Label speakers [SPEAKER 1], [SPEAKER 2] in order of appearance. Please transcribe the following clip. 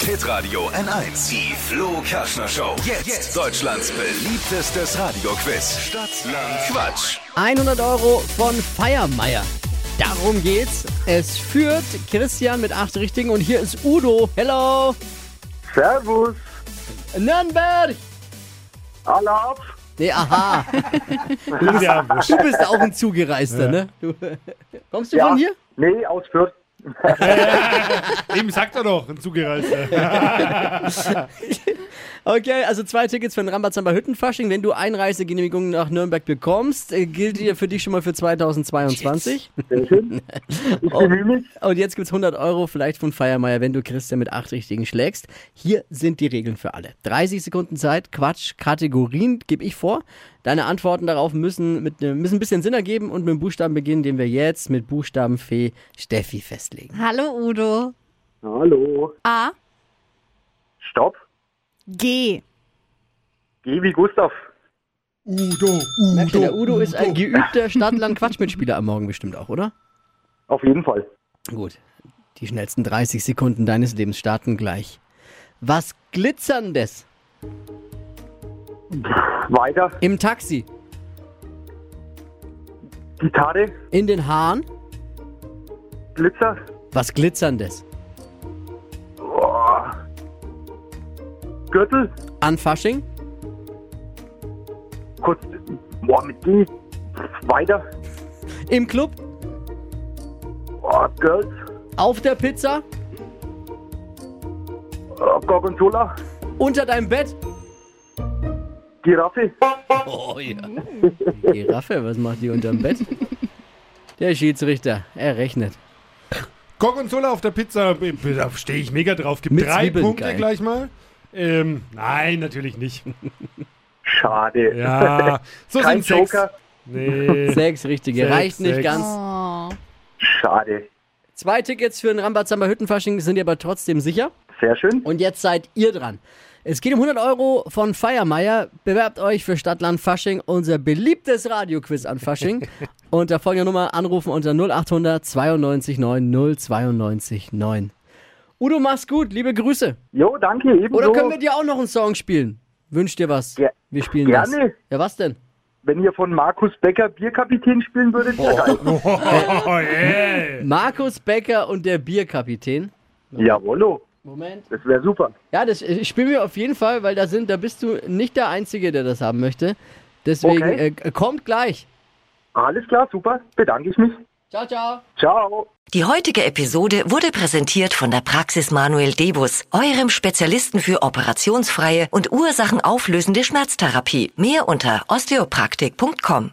[SPEAKER 1] Hitradio N1. Die Flo Kaschner Show. Jetzt, Deutschlands beliebtestes Radioquiz. Stadt, Land, Quatsch.
[SPEAKER 2] 100 Euro von Feiermeier. Darum geht's. Es führt Christian mit acht Richtigen und hier ist Udo. Hello,
[SPEAKER 3] Servus.
[SPEAKER 2] Nürnberg.
[SPEAKER 3] Alle ab.
[SPEAKER 2] Nee, aha.
[SPEAKER 4] Sind wir erwischt.
[SPEAKER 2] Du bist auch ein Zugereister, ne? Du, kommst du von hier?
[SPEAKER 3] Nee, aus Fürth.
[SPEAKER 4] Eben sagt er doch, ein Zugereister.
[SPEAKER 2] Okay, also zwei Tickets für den Rambazamba Hüttenfasching. Wenn du Einreisegenehmigung nach Nürnberg bekommst, äh, gilt die für dich schon mal für 2022.
[SPEAKER 3] Sehr schön. Ich
[SPEAKER 2] Oh.
[SPEAKER 3] bemühe mich.
[SPEAKER 2] Und jetzt gibt's 100 Euro vielleicht von Feiermeier, wenn du Christian mit acht Richtigen schlägst. Hier sind die Regeln für alle. 30 Sekunden Zeit, Quatsch, Kategorien gebe ich vor. Deine Antworten darauf müssen, mit, ne- müssen ein bisschen Sinn ergeben und mit dem Buchstaben beginnen, den wir jetzt mit Buchstabenfee Steffi festlegen.
[SPEAKER 5] Hallo Udo.
[SPEAKER 3] Hallo.
[SPEAKER 5] A.
[SPEAKER 3] Stopp.
[SPEAKER 5] G.
[SPEAKER 3] Geh wie Gustav.
[SPEAKER 4] Udo,
[SPEAKER 2] Merkst du, der
[SPEAKER 4] Udo.
[SPEAKER 2] Udo ist ein geübter Stadtland-Quatschmitspieler am Morgen bestimmt auch, oder?
[SPEAKER 3] Auf jeden Fall.
[SPEAKER 2] Gut. Die schnellsten 30 Sekunden deines Lebens starten gleich. Was glitzerndes
[SPEAKER 3] Weiter.
[SPEAKER 2] im Taxi,
[SPEAKER 3] Gitarre.
[SPEAKER 2] in den Haaren,
[SPEAKER 3] Glitzer.
[SPEAKER 2] was glitzerndes
[SPEAKER 3] Boah. Gürtel.
[SPEAKER 2] an Fasching,
[SPEAKER 3] Kurz. Boah, mit G. Weiter.
[SPEAKER 2] im Club,
[SPEAKER 3] Boah, Ah, Girls.
[SPEAKER 2] auf der Pizza,
[SPEAKER 3] Oh, Gorgonzola.
[SPEAKER 2] unter deinem Bett.
[SPEAKER 3] Giraffe.
[SPEAKER 2] Oh ja. Giraffe, was macht die unterm Bett? Der Schiedsrichter, er rechnet.
[SPEAKER 4] Gorgonzola auf der Pizza, da stehe ich mega drauf. Gibt
[SPEAKER 2] Mit
[SPEAKER 4] drei
[SPEAKER 2] Zwiebeln,
[SPEAKER 4] Punkte
[SPEAKER 2] geil.
[SPEAKER 4] gleich mal. Ähm, nein, natürlich nicht.
[SPEAKER 3] Schade.
[SPEAKER 4] Ja, so
[SPEAKER 3] Kein
[SPEAKER 4] sind sechs.
[SPEAKER 3] Joker.
[SPEAKER 4] Nee.
[SPEAKER 2] Sechs richtige,
[SPEAKER 4] Sechs,
[SPEAKER 2] reicht nicht
[SPEAKER 4] sechs.
[SPEAKER 2] ganz.
[SPEAKER 5] Oh.
[SPEAKER 3] Schade.
[SPEAKER 2] Zwei Tickets für den Rambazamba Hüttenfasching sind dir aber trotzdem sicher.
[SPEAKER 3] Sehr schön.
[SPEAKER 2] Und jetzt seid ihr dran. Es geht um 100 Euro von Feiermeier. Bewerbt euch für Stadtland Fasching, unser beliebtes Radioquiz an Fasching. unter folgender Nummer anrufen unter 0800 92 9 092 9. Udo, mach's gut, liebe Grüße.
[SPEAKER 3] Jo, danke. Ebenso.
[SPEAKER 2] Oder können wir dir auch noch einen Song spielen? Wünsch dir was.
[SPEAKER 3] Ge-
[SPEAKER 2] Wir spielen
[SPEAKER 3] gerne.
[SPEAKER 2] das. Ja, was denn?
[SPEAKER 3] Wenn ihr von Markus Becker Bierkapitän spielen würdet, wäre geil.
[SPEAKER 4] Oh, yeah.
[SPEAKER 2] Markus Becker und der Bierkapitän.
[SPEAKER 3] Jawollo.
[SPEAKER 2] Moment.
[SPEAKER 3] Das wäre super.
[SPEAKER 2] Ja, das äh, spielen wir auf jeden Fall, weil da sind, da bist du nicht der Einzige, der das haben möchte. Deswegen
[SPEAKER 3] Okay.
[SPEAKER 2] äh, kommt gleich.
[SPEAKER 3] Alles klar, super. Bedanke ich mich.
[SPEAKER 2] Ciao, ciao.
[SPEAKER 3] Ciao.
[SPEAKER 6] Die heutige Episode wurde präsentiert von der Praxis Manuel Debus, eurem Spezialisten für operationsfreie und ursachenauflösende Schmerztherapie. Mehr unter osteopraktik.com.